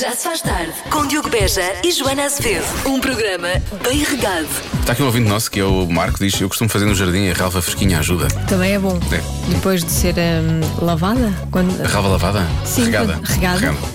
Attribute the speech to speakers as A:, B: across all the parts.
A: Já se faz tarde com Diogo Beja e Joana Azevedo. Um programa bem regado.
B: Está aqui um ouvinte nosso que é o Marco, diz: Eu costumo fazer no jardim a ralva fresquinha ajuda.
C: Também é bom.
B: É.
C: Depois de ser hum, lavada? Quando...
B: A ralva lavada?
C: Sim,
B: regada.
C: regada.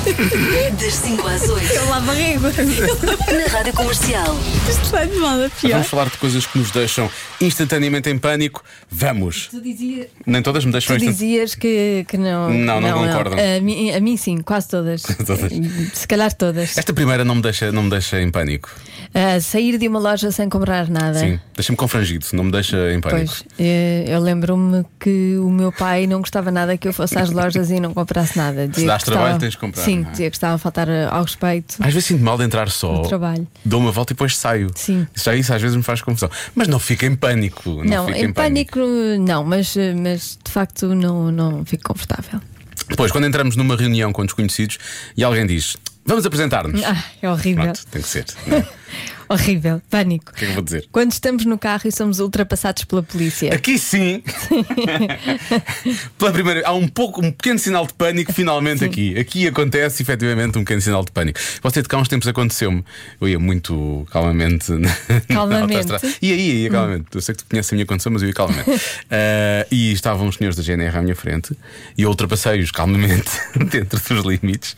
B: Hum.
A: Das 5 às 8
C: Eu lavo a
B: é
C: régua.
A: na Rádio Comercial.
C: Isto vai de mal a pior.
B: Vamos falar de coisas que nos deixam instantaneamente em pânico. Vamos!
C: Tu, dizia-
B: Nem todas me deixam
C: tu
B: instantaneamente.
C: dizias que, que não.
B: Então é- Não, não concordam.
C: A mim, a mim sim, quase todas.
B: Todas.
C: Se calhar todas.
B: Esta primeira não me deixa, não me deixa em pânico.
C: Ah, sair de uma loja sem comprar nada.
B: Sim. Deixa-me confrangido, não me deixa em pânico.
C: É. Pois, eh, eu lembro-me que o meu pai não gostava nada que eu fosse às lojas e não comprasse nada. Dizia
B: dás
C: que
B: trabalho,
C: estava-
B: tens de comprar,
C: Sim,
B: não é?
C: dizia que estava a faltar eh, ao respeito.
B: Às vezes sinto mal de entrar só,
C: No trabalho.
B: dou uma volta e depois saio.
C: Sim.
B: Já isso às vezes me faz confusão. Mas não fica em pânico. Não,
C: Não,
B: fica
C: em pânico não, mas, eh, mas de facto não, não fico confortável.
B: Depois, quando entramos numa reunião com desconhecidos e alguém diz: Vamos apresentar-nos.
C: Ah, é horrível.
B: Pronto, tem que ser. não é?
C: Horrível, pânico. O
B: que é que eu vou dizer?
C: Quando estamos no carro e somos ultrapassados pela polícia.
B: Aqui sim, pela primeira há um pouco, um pequeno sinal de pânico finalmente aqui. Aqui acontece efetivamente um pequeno sinal de pânico. Você de cá há uns tempos aconteceu-me. Eu ia muito calmamente na, na
C: Calmamente.
B: autoestrada. E aí, ia calmamente. Eu sei que tu conheces a minha condição, mas eu ia calmamente. Ah, e estavam os senhores da GNR à minha frente e eu ultrapassei-os calmamente dentro dos limites.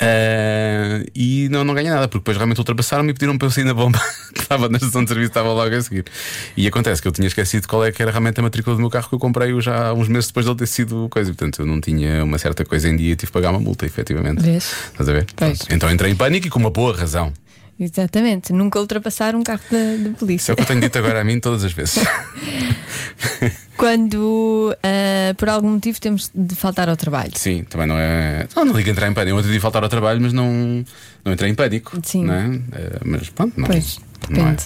B: Ah, e não, não ganhei nada, porque depois realmente ultrapassaram-me e pediram para eu sair na bomba que estava na estação de serviço, estava logo a seguir. E acontece que eu tinha esquecido qual é que era realmente a matrícula do meu carro que eu comprei -o já há uns meses depois dele ter sido coisa. E, portanto, eu não tinha uma certa coisa em dia e tive que pagar uma multa, efetivamente.
C: Vês?
B: Estás a ver?
C: Pois.
B: Pronto. Então entrei em pânico e com uma boa razão.
C: Exatamente, nunca ultrapassar um carro da, da
B: Isso é
C: polícia.
B: o que eu tenho dito agora a mim todas as vezes.
C: Quando ah, por algum motivo temos de faltar ao trabalho.
B: Sim, também não é. Não, não digo entrar em pânico. Eu ontem tive faltar ao trabalho, mas não, não entrei em pânico.
C: Sim.
B: não é? Eh, mas pronto, não,
C: Pois,
B: não é.
C: depende.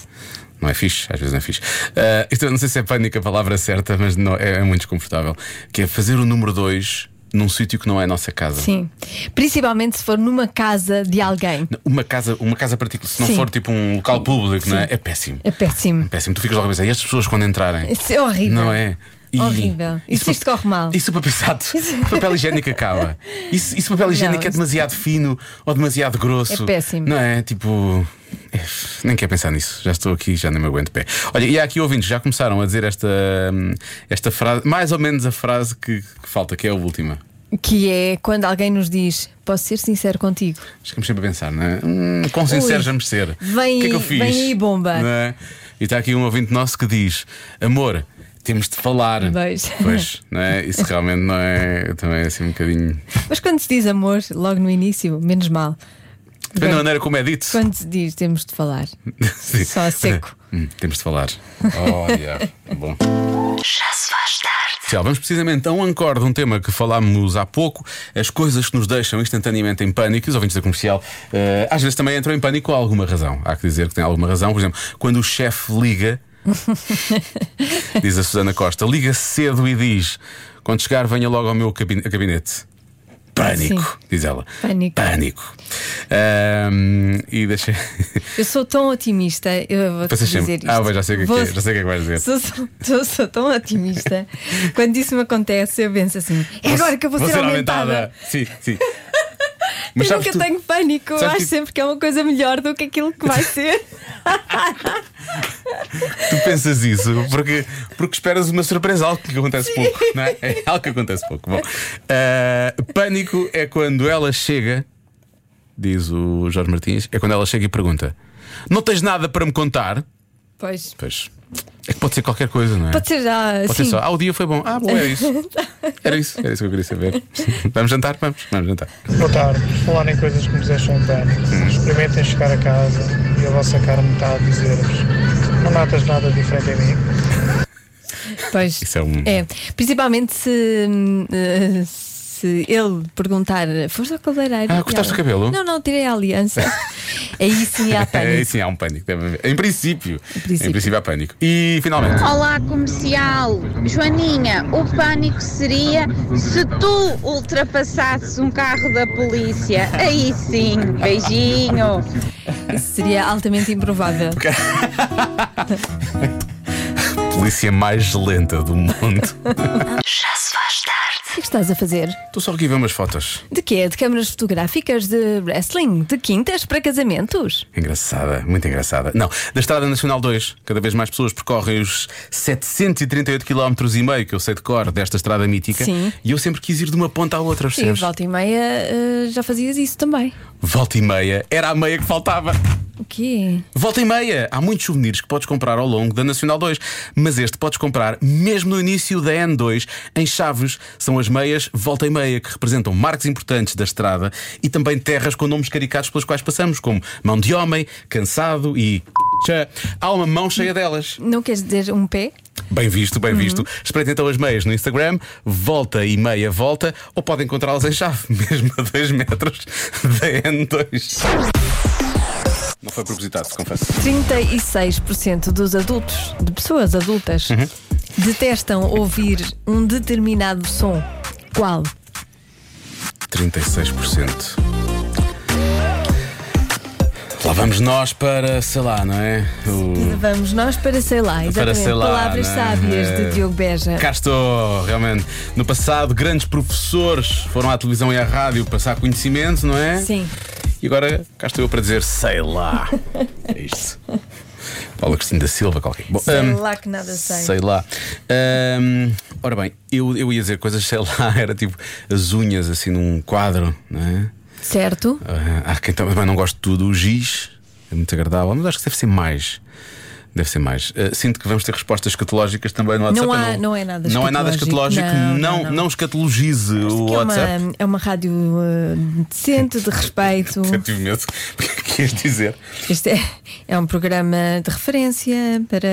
B: Não é fixe, às vezes não é fixe. Eh, isto eu não sei se é pânico a palavra certa, mas não, é, é muito desconfortável. Que é fazer o número 2 num sítio que não é a nossa casa.
C: Sim, principalmente se for numa casa de alguém.
B: Uma casa, uma casa particular, se não
C: Sim.
B: for tipo um local público, não é? É péssimo.
C: É péssimo.
B: Péssimo. assim, Tu ficas logo a pensar, e estas pessoas quando entrarem.
C: Isso é horrível.
B: Não é? E-
C: Horrível. E se
B: pa-
C: isto corre mal?
B: E se o papel, exato. O papel higiênico acaba. E se, e se o papel higiênico é
C: isso-
B: demasiado fino ou demasiado grosso?
C: É péssimo.
B: Não é? Tipo. é, Nem quero pensar nisso, já estou aqui, já nem me aguento pé. Olha, e há aqui ouvintes, já começaram a dizer esta, hum, esta frase, mais ou menos a frase que, que falta, que é a última.
C: Que é quando alguém nos diz: Posso ser sincero contigo?
B: Ficamos sempre a pensar, não é? Hum, quão sinceros vamos ser?
C: vem
B: o que é que eu
C: aí-
B: fiz?
C: vem aí bomba.
B: Não é? E está aqui um ouvinte nosso que diz: Amor, temos de falar.
C: Pois.
B: Pois, não é? Isso realmente não é. Também é assim um bocadinho.
C: Mas quando se diz amor, logo no início, menos mal.
B: Depende da
C: Quando-
B: maneira como é dito.
C: Quando se diz temos de falar,
B: Sim.
C: só seco.
B: Hum, temos de falar. Olha, bom.
A: Já se faz tarde.
B: Tchau, vamos precisamente a um encore de um tema que falámos há pouco, as coisas que nos deixam instantaneamente em pânico, e os ouvintes da comercial eh, às vezes também entram em pânico com alguma razão. Há que dizer que tem alguma razão, por exemplo, quando o chefe liga, diz a Susana Costa, liga cedo e diz: quando chegar, venha logo ao meu cabine- gabinete. Pânico, diz ela.
C: Pânico.
B: Pânico. Ahm, e deixa.
C: eu sou tão otimista, eu vou te
B: Pensas
C: dizer
B: sempre.
C: isto.
B: Ah, bem, já sei o que é que
C: Vou-
B: é, já sei o que é que vais dizer.
C: Sou, sou- sou- sou tão otimista. Quando isso me acontece, eu penso assim: é agora que eu vou, ser, aumentada.
B: Sim, sim.
C: eu
B: sabes
C: nunca
B: tu-
C: tenho pânico, eu
B: sabes
C: acho
B: que-
C: sempre que é uma coisa melhor do que aquilo que vai ser.
B: Tu pensas isso porque, porque esperas uma surpresa, algo que acontece pouco, não é? É algo que acontece pouco. Bom, ah, pânico é quando ela chega, diz o Jorge Martins, é quando ela chega e pergunta: Não tens nada para me contar?
C: Pois.
B: Pois é que pode ser qualquer coisa, não é?
C: Pode ser já
B: Pode ser
C: assim.
B: só, ah, o dia foi bom. Ah, bom, era isso. Era isso, era isso que eu queria saber. Vamos jantar? Vamos, vamos jantar.
D: Boa tarde. Por falar em coisas que nos deixam em pânico, experimentem chegar a casa e a vossa carne está a dizer-vos não notas nada diferente em mim.
C: Pois.
B: Isso é um-
C: Principalmente se. hum, eh, se ele perguntar, foste ao cabeleireiro?
B: Ah, cortaste
C: Tiago?"
B: o cabelo?
C: Não, não, tirei a aliança. Aí sim há
B: É,
C: pânico.
B: sim, há um pânico. deve haver. Em princípio. Em
C: princípio.
B: há pânico. E finalmente.
E: Olá, comercial. Joaninha, o pânico seria se tu ultrapassasses um carro da polícia. Aí sim, beijinho.
C: Isso seria altamente improvável.
B: Polícia mais lenta do mundo.
A: Já se faz tarde.
C: Isto é estás a fazer?
B: Estou só aqui a ver umas fotos.
C: De quê? De câmaras fotográficas? De wrestling? De quintas para casamentos?
B: Engraçada, muito engraçada. Não, da Estrada Nacional 2, cada vez mais pessoas percorrem os 738 km e meio que eu sei de cor desta estrada mítica.
C: Sim.
B: E eu sempre quis ir de uma ponta à outra,
C: E
B: percebes?
C: volta e meia eh, já fazias isso também.
B: Volta e meia, era a meia que faltava.
C: O quê?
B: Volta e meia, há muitos souvenirs que podes comprar ao longo da Nacional 2, mas este podes comprar mesmo no início da N2, em Chaves. São as meias volta e meia que representam marcos importantes da estrada e também terras com nomes caricatos pelas quais passamos, como mão de homem, cansado e. Tchã. Há uma mão cheia delas. Uhum.
C: Não queres dizer um pé?
B: Bem visto, bem visto. Espreitem então as meias no Instagram, volta e meia volta, ou podem encontrá-las em chave, mesmo a 2 metros da N2. Não foi propositado, confesso.
C: 36% dos adultos, de pessoas adultas,
B: Uhum.
C: detestam ouvir um determinado som. Qual?
B: 36%. Lá vamos nós para, sei lá, não é? O...
C: Vamos nós para sei lá, exatamente.
B: sei lá,
C: Palavras
B: não é?
C: sábias
B: É.
C: de Diogo Beja.
B: Cá estou, realmente. No passado, grandes professores foram à televisão e à rádio passar conhecimento, não é?
C: Sim.
B: E agora cá estou eu para dizer, sei lá. É isto. Paulo Cristina da Silva, qualquer. Bom,
C: Sei
B: hum,
C: lá que nada sei.
B: Sei lá. Ahm, ora bem, eu, eu ia dizer coisas, sei lá, era tipo as unhas assim num quadro, não é?
C: Certo?
B: Ah, há quem também não gosto de tudo, o giz é muito agradável, mas acho que deve ser mais. Deve ser mais. Ah, sinto que vamos ter respostas escatológicas também no WhatsApp.
C: Não há-
B: eu
C: não é nada
B: Não é nada
C: escatológico.
B: escatológico.
C: Não,
B: Não,
C: não, não.
B: escatologize o
C: Que é, uma,
B: WhatsApp.
C: é uma rádio eh, decente, de respeito.
B: Eu tive medo. O que é que ias dizer?
C: Este é, é um programa de referência para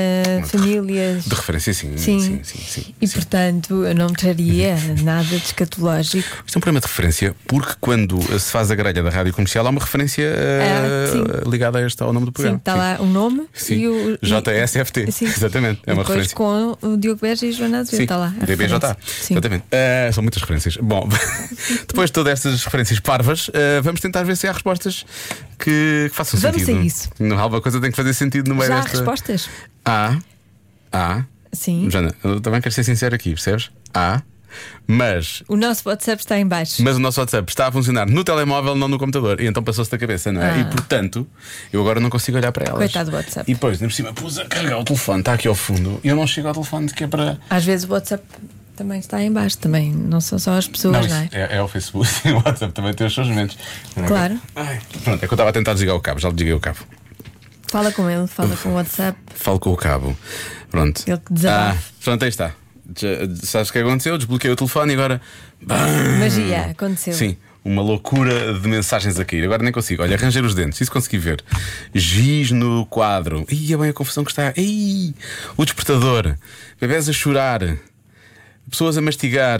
C: famílias.
B: De referência, sim.
C: Sim.
B: sim, sim, sim.
C: E portanto, eu não traria nada de escatológico.
B: Isto é um programa de referência, porque quando eh, se faz a grelha da rádio comercial há uma referência eh,
C: Ah,
B: ligada a esta, ao nome do
C: Sim,
B: programa.
C: está lá o nome
B: é, Sim.
C: e o. e-
B: JSFT.
C: Sim.
B: Exatamente, é
C: E
B: uma
C: depois
B: referência.
C: com o Diogo Beja e a Joana Azevedo, está tá lá. a
B: DBJ.
C: referência. Sim.
B: Exatamente. Ah, são muitas referências. Bom, depois de todas estas referências parvas, ah, vamos tentar ver se há respostas que, que façam
C: Vamos
B: sentido.
C: a isso.
B: Não, alguma coisa tem que fazer sentido no meio
C: Já há
B: desta.
C: respostas?
B: Há. Há.
C: Sim.
B: Jana, eu também quero ser sincero aqui, percebes? Há. Mas.
C: O nosso WhatsApp está em baixo.
B: Mas o nosso WhatsApp está a funcionar no telemóvel, não no computador. E então passou-se da cabeça, não é?
C: Ah.
B: E portanto, eu agora não consigo olhar para elas.
C: Coitado do WhatsApp.
B: E depois, ainda por cima, pus a carregar o telefone, está aqui ao fundo, e eu não chego ao telefone que é para.
C: Às vezes o WhatsApp também está em baixo, também. Não são só as pessoas, não,
B: isso
C: é?
B: é, é o Facebook e o WhatsApp também tem os seus momentos.
C: Claro.
B: Ai, pronto, é que eu estava a tentar desligar o cabo, já lhe desliguei o cabo. é-
C: Fala com ele, fala com o WhatsApp.
B: Falo com o cabo. Pronto. Ah,
C: Ele tá que desabafa.
B: pronto, aí está. Já- sabes o que aconteceu? Desbloqueei o telefone e agora. Bam!
C: Magia, aconteceu.
B: Ah. Sim, uma loucura de mensagens a cair. Agora nem consigo. Olha, arranjar os dentes, isso consegui ver. Giz no quadro. Ih, é bem a confusão que está. Ih, o despertador. Bebés a chorar. Pessoas a mastigar.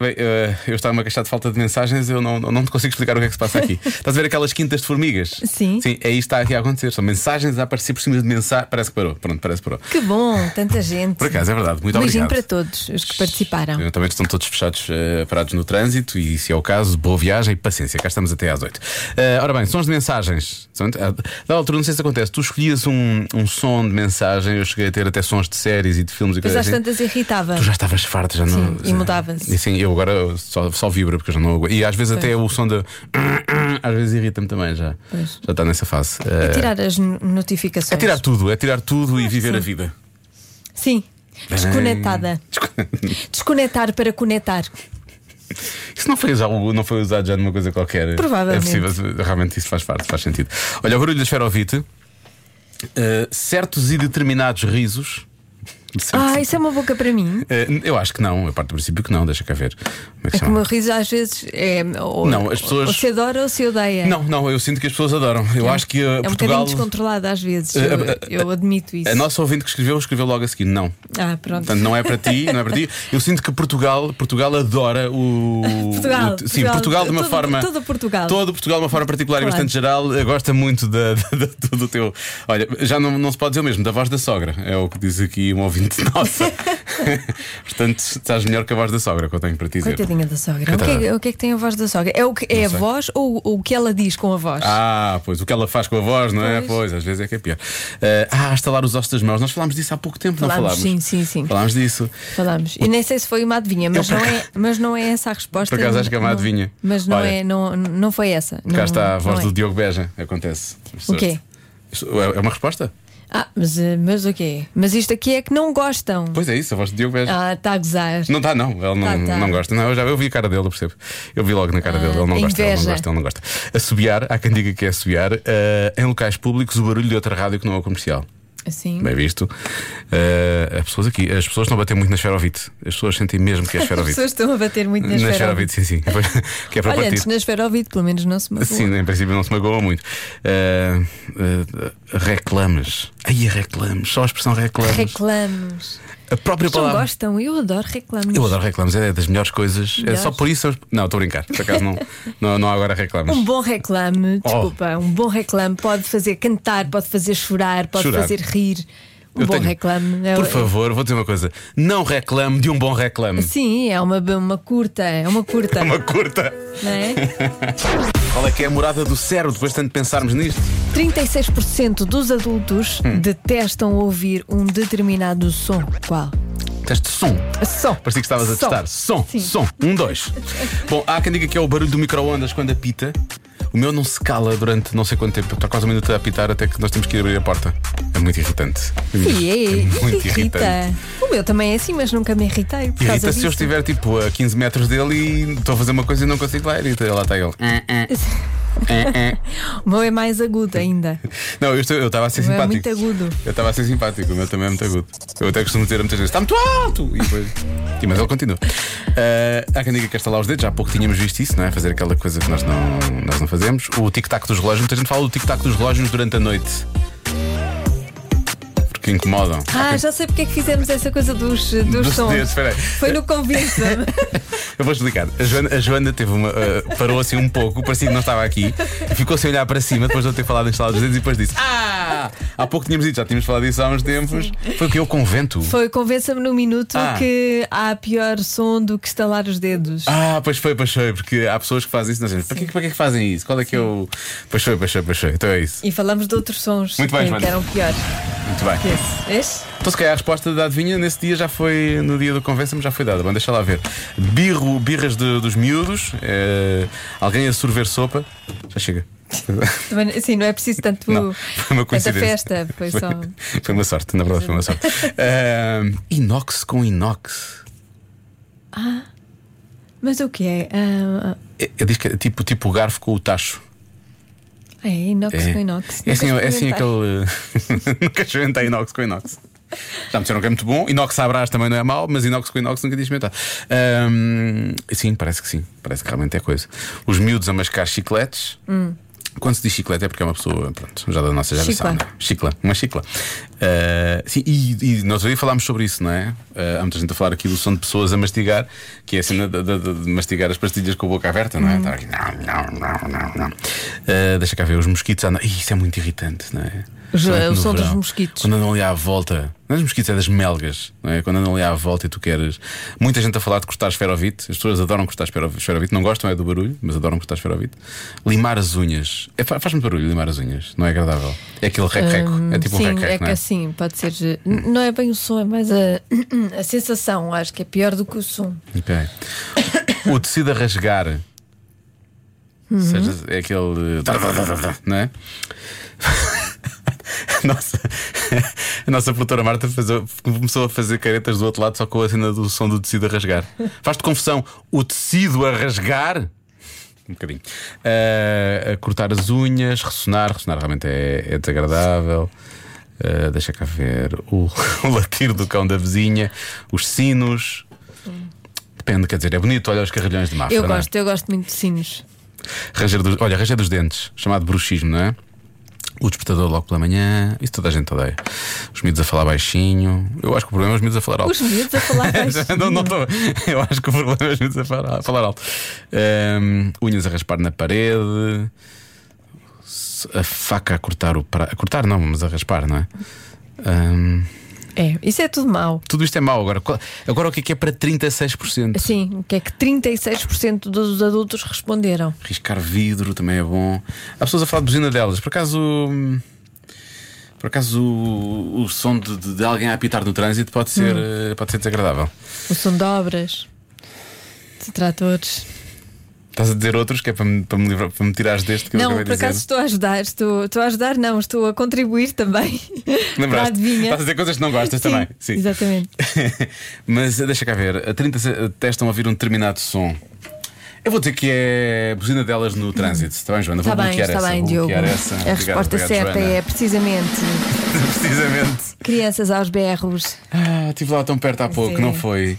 B: Bem, eh, eu estava-me a queixar de falta de mensagens, eu não, não, não te consigo explicar o que é que se passa aqui. Estás a ver aquelas quintas de formigas?
C: Sim.
B: Sim, é isto que está aqui a acontecer. São mensagens a aparecer por cima de mensagem. Parece que parou. Pronto, parece que parou.
C: Que bom, tanta gente.
B: Por acaso, é verdade. Muito
C: Beijinho
B: obrigado.
C: para todos os que participaram.
B: Eu também estão todos fechados, eh, parados no trânsito e, se é o caso, boa viagem e paciência. Cá estamos até às 8. Eh, ora bem, sons de mensagens. São- ah, Da altura, não sei se acontece, tu escolhias um, um som de mensagem, eu cheguei a ter até sons de séries e de filmes e
C: Mas
B: coisas
C: às
B: assim.
C: tantas irritava.
B: Tu já estavas farta, já não.
C: Sim, e mudava-se.
B: E Sim, eu agora só, só vibro porque eu já não aguento. E às vezes até o som de. Às vezes irrita-me também já.
C: Pois.
B: Já está nessa fase.
C: É
B: Eh,
C: tirar as no- notificações.
B: é tirar tudo, é tirar tudo e viver a vida.
C: Sim. Desconectada. Desconectar para conectar.
B: Isso não foi, já, não foi usado já numa coisa qualquer.
C: Provavelmente.
B: É possível, realmente isso faz parte, faz sentido. Olha, o barulho da esferovite, eh, certos e determinados risos.
C: Ah, isso é uma boca para mim.
B: Eh, eu acho que não, eu parto do princípio que não, deixa cá ver. Como é que
C: É que o
B: chama?
C: meu riso às vezes é. Ou,
B: Não, as pessoas-
C: ou se adora ou se odeia.
B: Não, não, eu sinto que as pessoas adoram. Eu acho que eh,
C: É um
B: Portugal.
C: bocadinho descontrolado às vezes. Eu,
B: Eh, eh,
C: eu admito isso.
B: a nossa ouvinte que escreveu, escreveu logo a seguir, não.
C: Ah, pronto.
B: Portanto, não é para ti, não é para ti. Eu sinto que Portugal, Portugal adora o.
C: Portugal,
B: o- sim,
C: Portugal,
B: Portugal de uma
C: todo-
B: forma.
C: todo Portugal.
B: Todo Portugal de uma forma particular
C: Claro.
B: e bastante geral. eh, Gosta muito da, da- da- do teu. Olha, já não, não se pode dizer o mesmo, da voz da sogra. É o que diz aqui um ouvinte nossa. Portanto, estás melhor que a voz da sogra, que eu tenho para te dizer.
C: Coitadinha da sogra. O que, é,
B: Coitada.
C: o que é que tem a voz da sogra? É, o que, é a
B: sei.
C: voz ou, ou o que ela diz com a voz?
B: Ah, pois, o que ela faz com a voz, não é?
C: Pois.
B: Pois, às vezes é que é pior. Eh, ah, estalar os ossos das mãos. Nós falámos disso há pouco tempo, não
C: Falámos,
B: falámos?
C: sim, sim, sim.
B: Falámos disso.
C: Falamos. E nem sei se foi uma adivinha, mas,
B: Eu,
C: não,
B: por
C: é, mas não é essa a resposta.
B: Por acaso acho que é uma
C: Não-
B: adivinha.
C: Mas não,
B: Olha.
C: é, não, não foi essa.
B: Cá
C: Não-
B: está a voz
C: não é.
B: do Diogo Beja. Acontece.
C: O quê?
B: Isto É é uma resposta?
C: Ah, mas, eh, mas o quê? Mas isto aqui é que não gostam.
B: Pois é isso, a voz do Diogo Beja.
C: Ah, está a gozar.
B: Não dá, não. Ele não,
C: Tá, tá.
B: não gosta. Não, eu já eu vi a cara dele, eu percebo. Eu vi logo na cara
C: Ah,
B: dele. Ele não
C: tem
B: gosta, ele não
C: inveja.
B: gosta, ele não gosta. Assobiar, há quem diga que é assobiar, eh, em locais públicos o barulho de outra rádio que não é o comercial.
C: Assim.
B: Bem visto. Eh, as pessoas aqui, as pessoas não batem muito na esferovite. As pessoas sentem mesmo que é
C: As
B: esferovite.
C: pessoas estão a bater muito na
B: na
C: esfera.
B: esferovite, sim, sim. que é para
C: Olha,
B: partir.
C: antes na esfera ouvido, pelo menos não se magoou.
B: Sim, em princípio não se magoa muito. Eh, eh, reclames. Aí reclames. Só a expressão reclames.
C: Reclamos.
B: a própria
C: Mas não
B: palavra.
C: gostam, eu adoro reclamos.
B: Eu adoro reclames, é das melhores coisas. É só
C: Melhores.
B: por isso. Não, estou a brincar. Por acaso não, não, não há agora reclames.
C: Um bom reclame,
B: Oh.
C: desculpa, um bom reclame pode fazer cantar, pode fazer chorar, pode
B: Chorar.
C: fazer rir. Um
B: Eu
C: bom
B: tenho-
C: reclame. é-
B: Por favor, vou dizer uma coisa. Não reclame de um bom reclame.
C: Sim, é uma, uma curta, é uma curta,
B: Uma curta.
C: não é?
B: Qual é que é a morada do cérebro depois de tanto pensarmos nisto?
C: 36% dos adultos
B: Hum.
C: detestam ouvir um determinado som. Qual?
B: Teste som.
C: Som.
B: Parecia que estavas a
C: Som.
B: testar. Som,
C: Sim.
B: som. Um, dois. Bom, há quem diga que é o barulho do micro-ondas quando apita. O meu não se cala durante não sei quanto tempo. Está quase um minuto a apitar até que nós temos que ir abrir a porta. É muito irritante.
C: E é,
B: é muito
C: irrita.
B: irritante.
C: O meu também é assim, mas nunca me irritei. Por causa
B: Irrita se
C: disso.
B: eu estiver tipo a 15 metros dele e estou a fazer uma coisa e não consigo lá, irrita. Lá está ele. Ah, ah. Ah, ah.
C: O meu é mais agudo ainda.
B: Não, eu estou- eu estava a ser
C: O meu é
B: simpático.
C: muito agudo.
B: Eu estava a ser simpático, o meu também é muito agudo. Eu até costumo dizer muitas vezes: está muito alto! E depois. Sim, mas ele continua. Ah, há quem diga que estalar os dedos, já há pouco tínhamos visto isso, não é? Fazer aquela coisa que nós não, nós não fazemos. O tic-tac dos relógios, muita gente fala do tic-tac dos relógios durante a noite. Porque incomodam.
C: Ah, já sei porque é que fizemos essa coisa dos, dos,
B: Dos
C: sons.
B: dedos, espera aí.
C: Foi no convite.
B: Eu vou explicar. A Joana, a Joana teve uma, ah, parou assim um pouco, parecia que não estava aqui, ficou sem olhar para cima depois de eu ter falado em estalar os dedos e depois disse: Ah! Há pouco tínhamos dito, já tínhamos falado disso há uns tempos. Foi o que? O convento?
C: Foi convença-me no minuto
B: Ah.
C: que há pior som do que estalar os dedos.
B: Ah, pois foi, pois foi, porque há pessoas que fazem isso na gente. Para que, para que é que fazem isso? Qual é que é o. Pois foi, pois foi, pois foi. Então é isso.
C: E falamos de outros sons
B: Muito bem,
C: que,
B: Joana.
C: que eram piores
B: Muito
C: que
B: bem.
C: esse. Vês?
B: Então, se calhar a resposta da adivinha nesse dia já foi, no dia do convença-me, já foi dada. Bom, deixa lá ver. Birro, birras de- dos miúdos, eh, alguém a sorver sopa. Já chega.
C: Também- Sim, não é preciso tanto
B: Não, foi uma
C: tanta
B: coincidência.
C: festa. Foi só. um-
B: Foi uma sorte, na verdade foi uma sorte. Ahm, inox com inox.
C: Mas o que é? Ah,
B: É- é- diz que é tipo, tipo o garfo com o tacho.
C: ah, é inox
B: É,
C: com inox.
B: É assim,
C: Nunca
B: é assim
C: experimentei.
B: aquele. nunca experimentei inox com inox. Já me disseram que é muito bom. Inox à brás também não é mau, mas inox com inox nunca tinha experimentado. Ahm, sim, parece que sim. Parece que realmente é coisa. Os miúdos a mascar chicletes. Quando se diz chiclete é porque é uma pessoa, pronto, já da nossa geração.
C: Chicla.
B: não é? Chicla, uma chicla. Ah, sim, e, e nós aí falámos sobre isso, não é? Ah, há muita gente a falar aqui do som de pessoas a mastigar, que é a cena de, de- de- de mastigar as pastilhas com a boca aberta,
C: Uhum.
B: não é? Estar aqui, não, não, não, não, não. Ah, deixa cá ver, os mosquitos andam. Ih, isso é muito irritante, não é?
C: Jo-
B: Principalmente
C: o
B: no
C: som dos mosquitos.
B: Quando andam ali à volta, não é dos mosquitos, é das melgas, não é? Quando andam ali à volta e tu queres. Muita gente a falar de cortar esferovite, as pessoas adoram cortar esfero- esferovite, não gostam é do barulho, mas adoram cortar esferovite. Limar as unhas, É, fa- faz muito barulho limar as unhas, não é agradável. É aquele rec-reco, é tipo
C: Sim,
B: um rec-reco,
C: é
B: não
C: que
B: é?
C: assim, pode ser. N- Não é bem o som, é mais a, a sensação. Acho que é pior do que o som.
B: Ok. o tecido a rasgar,
C: Uhum.
B: Ou seja, é aquele. Não é? Nossa, a nossa produtora Marta fez- começou a fazer caretas do outro lado só com a cena do som do tecido a rasgar. Faz-te confusão, o tecido a rasgar? Um bocadinho. Ah, a cortar as unhas, ressonar, ressonar realmente é, é desagradável. Ah, deixa cá ver o, o latir do cão da vizinha, os sinos. Depende, quer dizer, é bonito, olha os carrilhões de máfia.
C: Eu
B: não é?
C: gosto, eu gosto muito de sinos.
B: Ranger dos, olha, ranger dos dentes, chamado bruxismo, não é? O despertador logo pela manhã, isso toda a gente odeia. Os miúdos a falar baixinho. Eu acho que o problema é os miúdos a falar alto.
C: Os miúdos a falar baixinho.
B: não, não tô- Eu acho que o problema é os miúdos a falar, a falar alto. Ahm, unhas a raspar na parede, a faca a cortar o prato. A cortar não, mas a raspar, não é? Ahm,
C: É, isso é tudo mau.
B: Tudo isto é mau agora. Qual- Agora o que é que é para 36%?
C: Sim, o que é que 36% dos adultos responderam?
B: Riscar vidro também é bom. Há pessoas a falar de buzina delas. Por acaso. hum, Por acaso o, o som de, de- de alguém a apitar no trânsito pode ser,
C: Hum.
B: eh, pode ser desagradável.
C: O som de obras, de tratores.
B: Estás a dizer outros que é para me, para me, livrar- para me tirares deste que eu
C: Não,
B: acabei
C: por
B: de dizer.
C: acaso estou a ajudar, estou, estou a ajudar, não, estou a contribuir também. Para a
B: Lembraste?
C: adivinha.
B: Estás a dizer coisas que não gostas
C: Sim,
B: também. Sim.
C: Exatamente.
B: Mas eh, deixa cá ver, a 30 se- testam a ouvir um determinado som. Eu vou dizer que é buzina delas no trânsito. Está bem, Joana?
C: Está
B: vou
C: Hum. Tá bem,
B: bloquear
C: está
B: essa.
C: bem,
B: vou
C: Diogo.
B: bloquear essa.
C: A
B: Obrigado,
C: resposta
B: obrigado,
C: certa
B: Joana.
C: é precisamente
B: Precisamente.
C: crianças aos berros.
B: Ah, estive lá tão perto há pouco,
C: Sim.
B: não foi?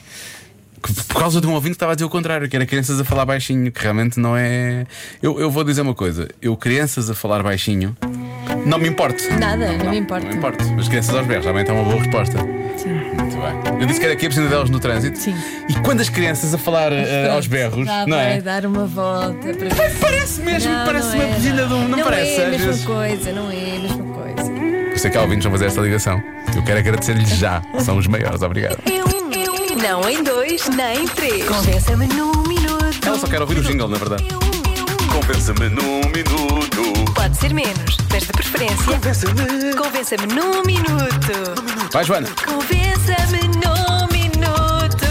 B: Que Por causa de um ouvinte que estava a dizer o contrário, que era crianças a falar baixinho, que realmente não é. Eu, eu vou dizer uma coisa: eu, crianças a falar baixinho, não me importo.
C: Nada, não me importo.
B: Não me importo. Mas crianças aos berros, também está uma boa resposta.
C: Sim.
B: Muito bem. Eu disse que era aqui a piscina delas no trânsito.
C: Sim.
B: E quando as crianças a falar eh, aos berros,
C: Dá,
B: não
C: vai
B: é?
C: tá dar uma volta para
B: Mas Parece mesmo,
C: Não,
B: parece
C: não
B: uma
C: é,
B: piscina de um. Não,
C: Não
B: parece,
C: é a
B: às
C: mesma
B: vezes.
C: coisa, não é a mesma coisa.
B: Eu sei que há ouvintes que vão fazer esta ligação. Eu quero agradecer-lhes já. São os maiores, obrigado.
A: Não em dois, nem em três. Convença-me num minuto.
B: Ela só quer ouvir o jingle, na verdade.
F: Convença-me num minuto.
A: Pode ser menos, mas de preferência.
F: Convença-me.
A: Convença-me num minuto.
B: Vai, Joana.
A: Convença-me num minuto.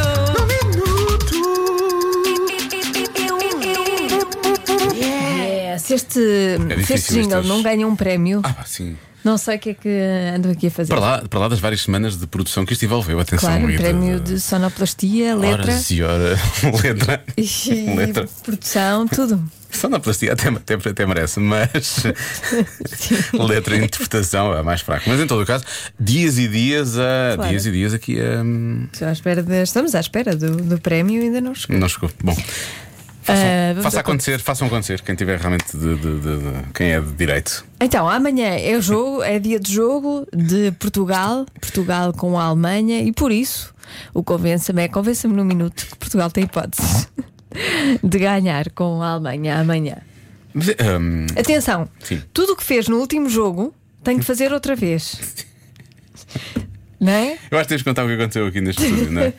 A: Num minuto.
C: É, se este, se
B: difícil
C: este jingle
B: estas-
C: não ganha um prémio,
B: Ah, pá, sim.
C: não sei o que é que ando aqui a fazer.
B: Para lá, para lá das várias semanas de produção que isto envolveu, atenção.
C: Claro, um
B: e de-
C: prémio de sonoplastia, letra
B: Horas e horas. letra.
C: e
B: letra.
C: produção, tudo.
B: Sonoplastia até, até, até merece, mas. letra e interpretação é mais fraco. Mas em todo o caso, dias e dias a.
C: Claro.
B: Dias e dias aqui a. hum,
C: Estou à espera de- Estamos à espera do, do prémio e ainda não chegou.
B: Não chegou. Bom. Façam,
C: Ah, vamos
B: um- faça
C: ao
B: acontecer, façam acontecer. Quem tiver realmente de, de- de- de- Quem é de direito.
C: Então, amanhã é o jogo, é dia de jogo de Portugal, Portugal com a Alemanha, e por isso o convença-me é convença-me num minuto que Portugal tem hipóteses de ganhar com a Alemanha amanhã.
B: Mas, hum,
C: Atenção,
B: Sim.
C: tudo o que fez no último jogo tem que fazer outra vez. Não é?
B: Eu acho que temos que contar o que aconteceu aqui neste estúdio, não é?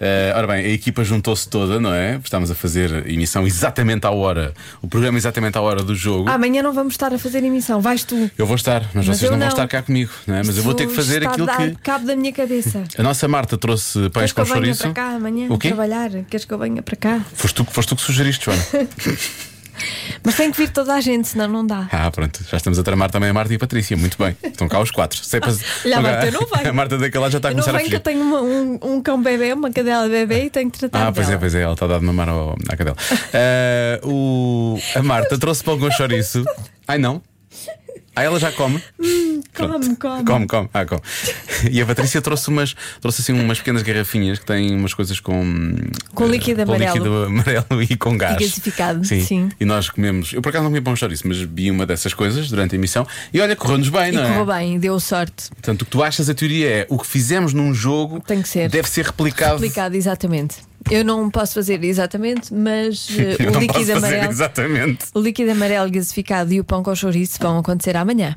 B: Eh, ora bem, a equipa juntou-se toda, não é? Estávamos a fazer emissão exatamente à hora, o programa exatamente à hora do jogo.
C: Amanhã não vamos estar a fazer emissão, vais tu.
B: Eu vou estar, mas,
C: Ah, Mas
B: vocês
C: eu
B: não vão
C: não.
B: estar cá comigo, não é? Mas eu vou ter que fazer
C: Isto
B: aquilo
C: está a
B: que.
C: dar cabo da minha cabeça.
B: A nossa Marta trouxe pães
C: Queres que
B: com
C: eu venha
B: chouriço.
C: para cá amanhã
B: O quê?
C: trabalhar? Queres que eu venha para cá?
B: Foste tu, que- foste tu que sugeriste, Joana.
C: Mas tem que vir toda a gente, senão não dá.
B: Ah, pronto, já estamos a tramar também a Marta e a Patrícia. Muito bem, estão cá os quatro. Sei para-
C: Olha, a Marta não vai.
B: A Marta daquela já está a
C: Eu não
B: começar a
C: venho que
B: fugir.
C: eu tenho uma- um, um cão bebê, uma cadela bebê e tenho que tratar
B: Ah, pois é,
C: dela.
B: pois é, ela está a dar de mamar ao, à cadela. Ah, o, a Marta trouxe pão com chouriço. Ai não? Ah, ela já come?
C: Come, come.
B: Come, come. Ah, come. E a Patrícia trouxe umas, trouxe assim umas pequenas garrafinhas que têm umas coisas com.
C: Com líquido
B: eh, com
C: amarelo.
B: líquido amarelo e com gás.
C: E gasificado, sim.
B: E nós comemos. Eu por acaso não comi pão com chouriço, mas vi uma dessas coisas durante a emissão e olha, correu-nos bem,
C: E
B: não é?
C: correu bem, deu sorte.
B: Portanto, o que tu achas, a teoria é o que fizemos num jogo
C: Tem que ser.
B: deve ser replicado.
C: Explicado exatamente. Eu não posso fazer exatamente, mas eh,
B: Eu
C: o
B: não
C: líquido
B: posso fazer
C: amarelo.
B: exatamente.
C: O líquido amarelo gasificado e o pão com chouriço vão acontecer amanhã.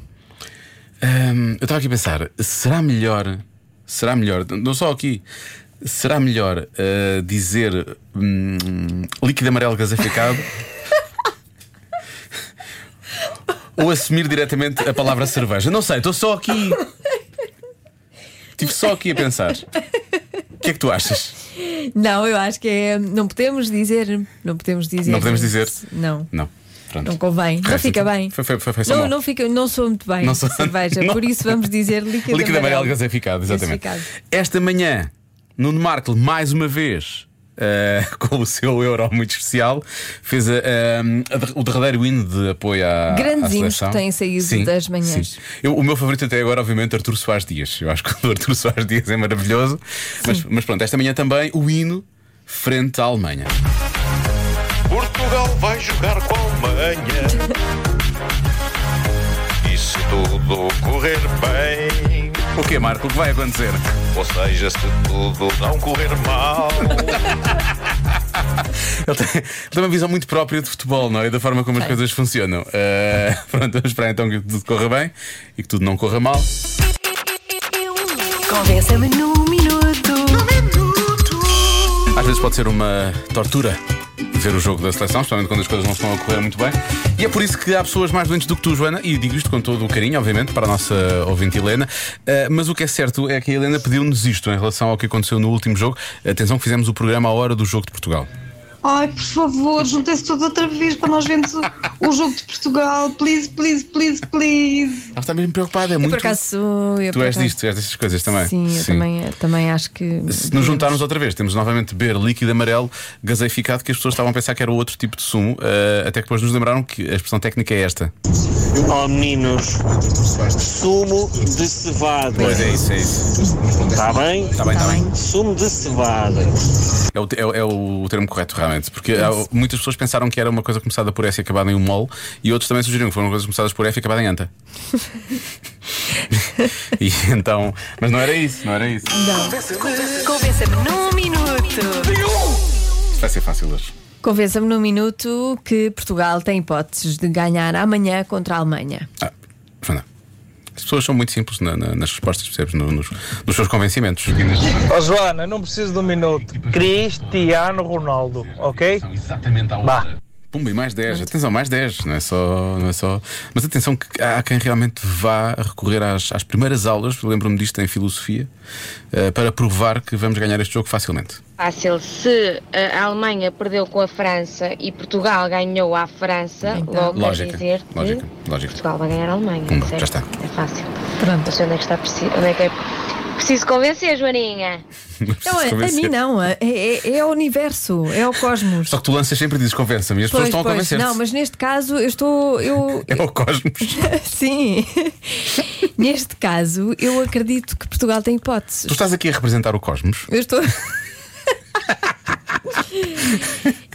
B: Hum, eu estava aqui a pensar, será melhor, será melhor, não só aqui, será melhor ah, dizer hum, líquido amarelo gasificado ou assumir diretamente a palavra cerveja? Não sei, estou só aqui. Estive só aqui a pensar. O que é que tu achas?
C: Não, eu acho que é. Não podemos dizer. Não podemos dizer.
B: Não podemos dizer.
C: Não.
B: Não, pronto.
C: Não convém. Não
B: Parece
C: fica
B: que-
C: bem.
B: Foi, foi, foi, foi só
C: Não,
B: mal.
C: não, fica, não sou muito bem
B: Não sou-
C: cerveja,
B: não.
C: por isso vamos dizer líquido,
B: Líquido amarelo
C: amarelo.
B: gasificado, exatamente.
C: Gasificado.
B: Esta manhã, Nuno Marco, mais uma vez. eh, com o seu euro muito especial, fez a- a- a der- o derradeiro hino de apoio à.
C: Grandes
B: à
C: hinos que
B: seleção.
C: têm saído das manhãs.
B: sim. Eu- o meu favorito até agora, obviamente, Artur Soares Dias. Eu acho que o Artur Soares Dias é maravilhoso. Mas, mas pronto, esta manhã também o hino frente à Alemanha.
F: Portugal vai jogar com a Alemanha. E se tudo correr bem,
B: O que, Marco? O que vai acontecer?
F: ou seja, se tudo não correr mal,
B: Ele tem, ele tem uma visão muito própria de futebol, não é? Da forma como as
C: Tem.
B: coisas funcionam. Eh, pronto, vamos esperar então que tudo corra bem e que tudo não corra mal.
A: Convença-me num minuto.
B: Às vezes pode ser uma tortura ver o jogo da seleção, especialmente quando as coisas não estão a correr muito bem. E é por isso que há pessoas mais doentes do que tu, Joana, e digo isto com todo o carinho, obviamente, para a nossa ouvinte Helena. Ah, mas o que é certo é que a Helena pediu-nos isto em relação ao que aconteceu no último jogo. Atenção que fizemos o programa à hora do jogo de Portugal.
G: Ai, por favor, juntem-se todos outra vez para nós vermos o, o jogo de Portugal. Please, please, please, please.
B: Ela está mesmo preocupada, é muito.
C: Eu por acaso. Eu
B: Tu
C: por
B: és
C: acaso-
B: disto, és destas coisas também.
C: Sim, eu também, também acho que.
B: Se nos juntarmos outra vez, temos novamente beber líquido amarelo gaseificado, que as pessoas estavam a pensar que era outro tipo de sumo, ah, até que depois nos lembraram que a expressão técnica é esta.
H: Oh meninos, sumo de cevada.
B: Pois é, isso, é isso.
H: Está bem?
B: Está bem,
C: Tá
B: está bem.
H: Sumo de cevada.
B: É o, te- é o- é o termo correto, realmente. Porque há- muitas pessoas pensaram que era uma coisa começada por S e acabada em um mol, e outros também sugeriram que foram coisas começadas por F e acabada em anta. e então. Mas não era isso, não era isso.
A: Convença-me num minuto.
B: Isto vai ser fácil hoje.
C: Convença-me num minuto que Portugal tem hipóteses de ganhar amanhã contra a Alemanha.
B: Ah, Fernanda. As pessoas são muito simples na- na- nas respostas, percebes? No- nos, nos seus convencimentos.
D: Ó Joana, não preciso de um minuto. Cristiano Ronaldo, ok? Bah.
B: Pumba, e mais 10. Atenção, mais 10. Não é só. Não é só... Mas atenção, que há quem realmente vá recorrer às, às primeiras aulas, lembro-me disto em filosofia, eh, para provar que vamos ganhar este jogo facilmente.
I: Fácil, se a Alemanha perdeu com a França e Portugal ganhou à França,
J: é
I: logo quer
B: Lógica,
I: dizer que
B: lógica, lógica.
I: Portugal vai ganhar a Alemanha.
B: Pumba,
I: certo?
B: já está.
I: É fácil.
C: Pronto.
I: Não sei onde é que está preciso. Onde é que é preciso convencer, Joaninha?
C: Não, a, a mim não, é, é, é o universo, é o cosmos.
B: Só que tu lanças sempre e dizes convença-me e as pessoas estão a convencer-te.
C: não, mas neste caso eu estou. Eu,
B: É o cosmos.
C: sim. neste caso, eu acredito que Portugal tem hipóteses.
B: tu estás aqui a representar o cosmos.
C: Eu estou.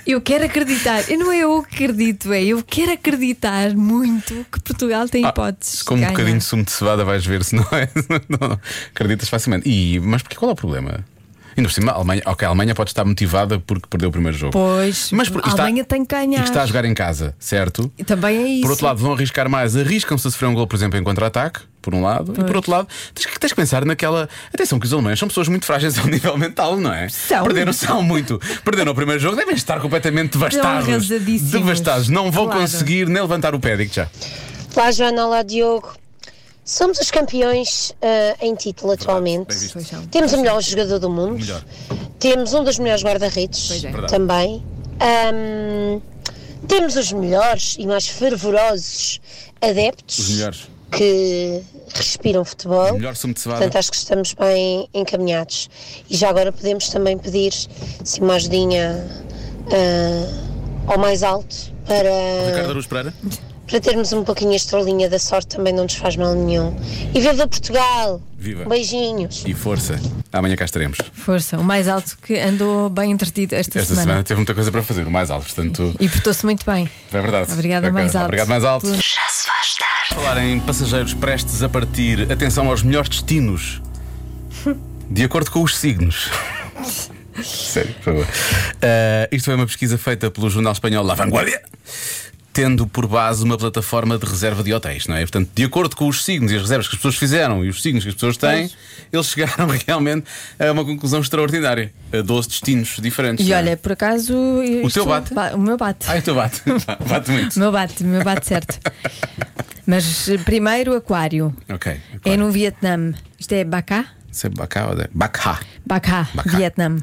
C: Eu quero acreditar, e não é eu que acredito, é eu quero acreditar muito que Portugal tem hipóteses. de
B: Como um
C: ganhar.
B: bocadinho de sumo de cevada vais ver se não é. Não, não. Acreditas facilmente. E, mas porque, qual é o problema? Ainda por cima, a Alemanha, ok, a Alemanha pode estar motivada porque perdeu o primeiro jogo.
C: Pois,
B: mas por- e
C: a Alemanha tem que ganhar.
B: E que está a jogar em casa, certo?
C: E Também é isso.
B: Por outro lado, vão arriscar mais, arriscam-se a sofrer um gol, por exemplo, em contra-ataque, por um lado, e por outro lado, tens que, tens que pensar naquela. Atenção, que os alemães são pessoas muito frágeis ao nível mental, não é?
C: São.
B: Perderam, são muito. Perderam o primeiro jogo, devem estar completamente devastados.
C: arrasadíssimos.
B: Devastados, não vão
C: Claro.
B: conseguir nem levantar o pé, digo já.
J: Olá Joana, olá Diogo. Somos os campeões ah, em título atualmente.
B: visto.
C: Pois são.
J: Temos o melhor jogador do mundo.
B: melhor.
J: Temos um dos melhores guarda-redes
C: Pois é.
B: Verdade.
J: também. Ahm, temos os melhores e mais fervorosos adeptos
B: Os melhores.
J: que respiram
B: O
J: futebol.
B: melhor sumo de cevada.
J: Portanto, acho que estamos bem encaminhados. E já agora podemos também pedir se uma ajudinha ah, ao mais alto para
B: Ricardo Aruz Pereira.
J: eh, para termos um pouquinho a estrelinha da sorte também não nos faz mal nenhum. E viva Portugal!
B: Viva.
J: Beijinhos!
B: E força. Amanhã cá estaremos.
C: Força, o mais alto que andou bem entretido esta,
B: Esta semana. teve muita coisa para fazer, o mais alto, portanto.
C: E portou-se muito bem.
B: É verdade.
C: Obrigada,
B: Ok,
C: mais alto.
B: Obrigado, mais alto.
C: Pelo-
A: Já se faz tarde.
B: Falar em passageiros prestes a partir, atenção aos melhores destinos. De acordo com os signos. Sério, por favor. Ah, isto foi uma pesquisa feita pelo jornal espanhol La Vanguardia, tendo por base uma plataforma de reserva de hotéis, não é? Portanto, de acordo com os signos e as reservas que as pessoas fizeram e os signos que as pessoas têm, eles chegaram realmente a uma conclusão extraordinária. A 12 destinos diferentes.
C: E
B: não é?
C: olha, por acaso. O
B: teu bate?
C: O meu bate.
B: Ai, tu bate. Bate
C: O
B: muito.
C: meu bate, o meu bate certo. Mas eh, primeiro, Aquário.
B: Ok.
C: É
B: claro.
C: no Vietnã. Isto é Bacá?
B: Isso é Bacá ou é? Bacá.
C: Bacá,
B: Bacá.
C: Vietnã.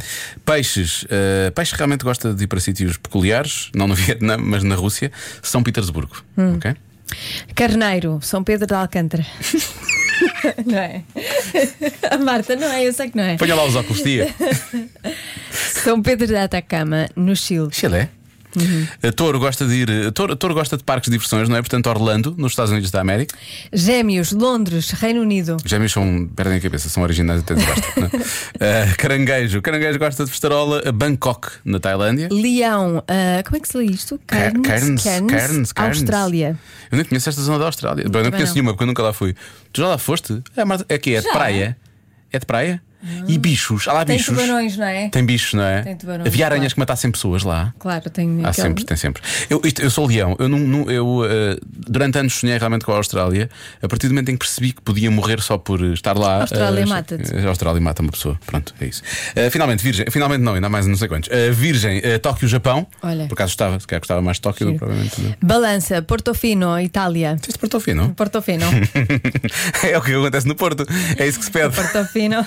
B: Peixes. Uh, peixe realmente gosta de ir para sítios peculiares, não no Vietnã, mas na Rússia, São Petersburgo. ok?
C: Carneiro, São Pedro de Alcântara. não é? A Marta, não é? Eu sei que não é.
B: Ponha lá os óculos, tia.
C: São Pedro de Atacama, no Chile.
B: Chile. Uh, touro gosta de ir. uh, Touro, touro gosta de parques de diversões, não é? Portanto, Orlando, nos Estados Unidos da América.
C: Gêmeos, Londres, Reino Unido.
B: Já me são. Perdem a cabeça, são originais até de Basta, não é? Uh, caranguejo. Caranguejo gosta de festarola. uh, Bangkok, na Tailândia.
C: Leão, ah, como é que se lê isto? Cairns,
B: Cairns,
C: Cairns,
B: Cairns, Cairns.
C: Austrália.
B: Eu nem conheço esta zona da Austrália. Bem, eu não
C: Também
B: conheço
C: não.
B: nenhuma, porque eu nunca lá fui. Tu já lá foste? É, Marta, é que é de
C: Já. Ah.
B: praia? É de praia? E bichos, há lá
C: Tem
B: bichos.
C: tubarões, não é?
B: Tem bichos, não é?
C: Tem tubarões, Então?
B: Havia aranhas que matassem pessoas lá.
C: Claro, tem
B: Há
C: aquele-
B: sempre, tem sempre. Eu, isto- eu sou leão. Eu, não, não- eu eh, durante anos sonhei realmente com a Austrália. A partir do momento em que percebi que podia morrer só por estar lá.
C: A Austrália
B: eh,
C: mata-te.
B: A Austrália mata uma pessoa. Pronto, é isso. Eh, finalmente, Virgem. Finalmente não, ainda há mais não sei quantos. Eh, virgem, eh, Tóquio, Japão.
C: Olha.
B: Por acaso gostava, se calhar gostava mais de Tóquio,
C: Giro.
B: provavelmente. Não.
C: Balança, Portofino, Itália.
B: Este Portofino.
C: Portofino.
B: é o que acontece no Porto. É isso que se pede.
C: Portofino.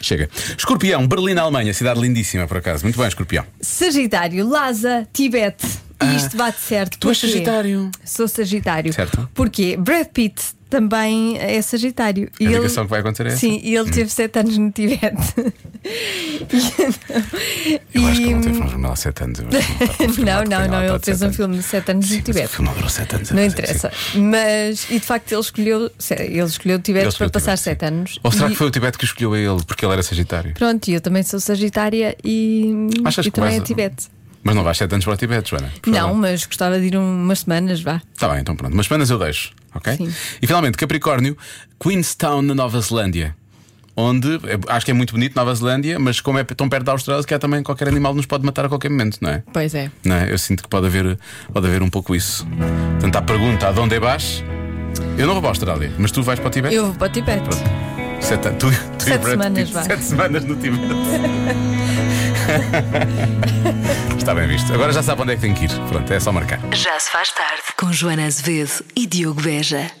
B: Chega. Escorpião, Berlim, Alemanha. Cidade lindíssima, por acaso. Muito bem, Escorpião.
C: Sagitário, Lhasa, Tibete. E isto bate certo.
B: Ah, tu és
C: Porquê?
B: Sagitário.
C: Sou Sagitário.
B: Certo.
C: Porquê? Brad Pitt também é Sagitário. E
B: A
C: ele-
B: ligação que vai acontecer é essa.
C: Sim, e ele teve 7 anos no Tibete.
B: Eu acho que ele não teve um tá, jornal há 7 anos. eu acho que está
C: hum, Não,
B: confirmado que
C: não,
B: tem lá,
C: não,
B: está
C: ele
B: de
C: fez
B: sete
C: um
B: anos.
C: filme de 7 anos no
B: Mas o
C: Tibete.
B: filme durou 7 anos.
C: Não
B: eu sei,
C: interessa.
B: sim.
C: Mas, e de facto, ele escolheu, ele escolheu o Tibete
B: Ele escolheu
C: para
B: o
C: passar
B: Tibete,
C: 7 anos.
B: Ou será
C: E-
B: que foi o Tibete que escolheu a ele porque ele era Sagitário?
C: Pronto, e eu também sou Sagitária e,
B: Achas
C: e
B: que um?
C: também
B: vais
C: é
B: a-
C: Tibete.
B: Mas não vais 7 anos para o Tibete, Joana. por
C: Não,
B: favor.
C: mas gostava de ir um, umas semanas, vá.
B: Tá bem, então pronto. Umas semanas eu deixo, ok?
C: Sim.
B: E finalmente, Capricórnio, Queenstown, na Nova Zelândia. Onde é- acho que é muito bonito, Nova Zelândia, mas como é tão perto da Austrália, que há também qualquer animal nos pode matar a qualquer momento, não é?
C: Pois é.
B: Não é? Eu sinto que pode haver, pode haver um pouco isso. Portanto, a pergunta: aonde vais? Eu não vou para a Austrália, mas tu vais para o Tibete?
C: Eu vou para o Tibete.
B: Sete, an- tu, tu e
C: Sete
B: o Brad
C: semanas,
B: Pitt,
C: vá.
B: sete semanas no Tibete. Está bem visto. Agora já sabe onde é que tem que ir. Pronto, é só marcar.
A: Já se faz tarde com Joana Azevedo e Diogo Beja.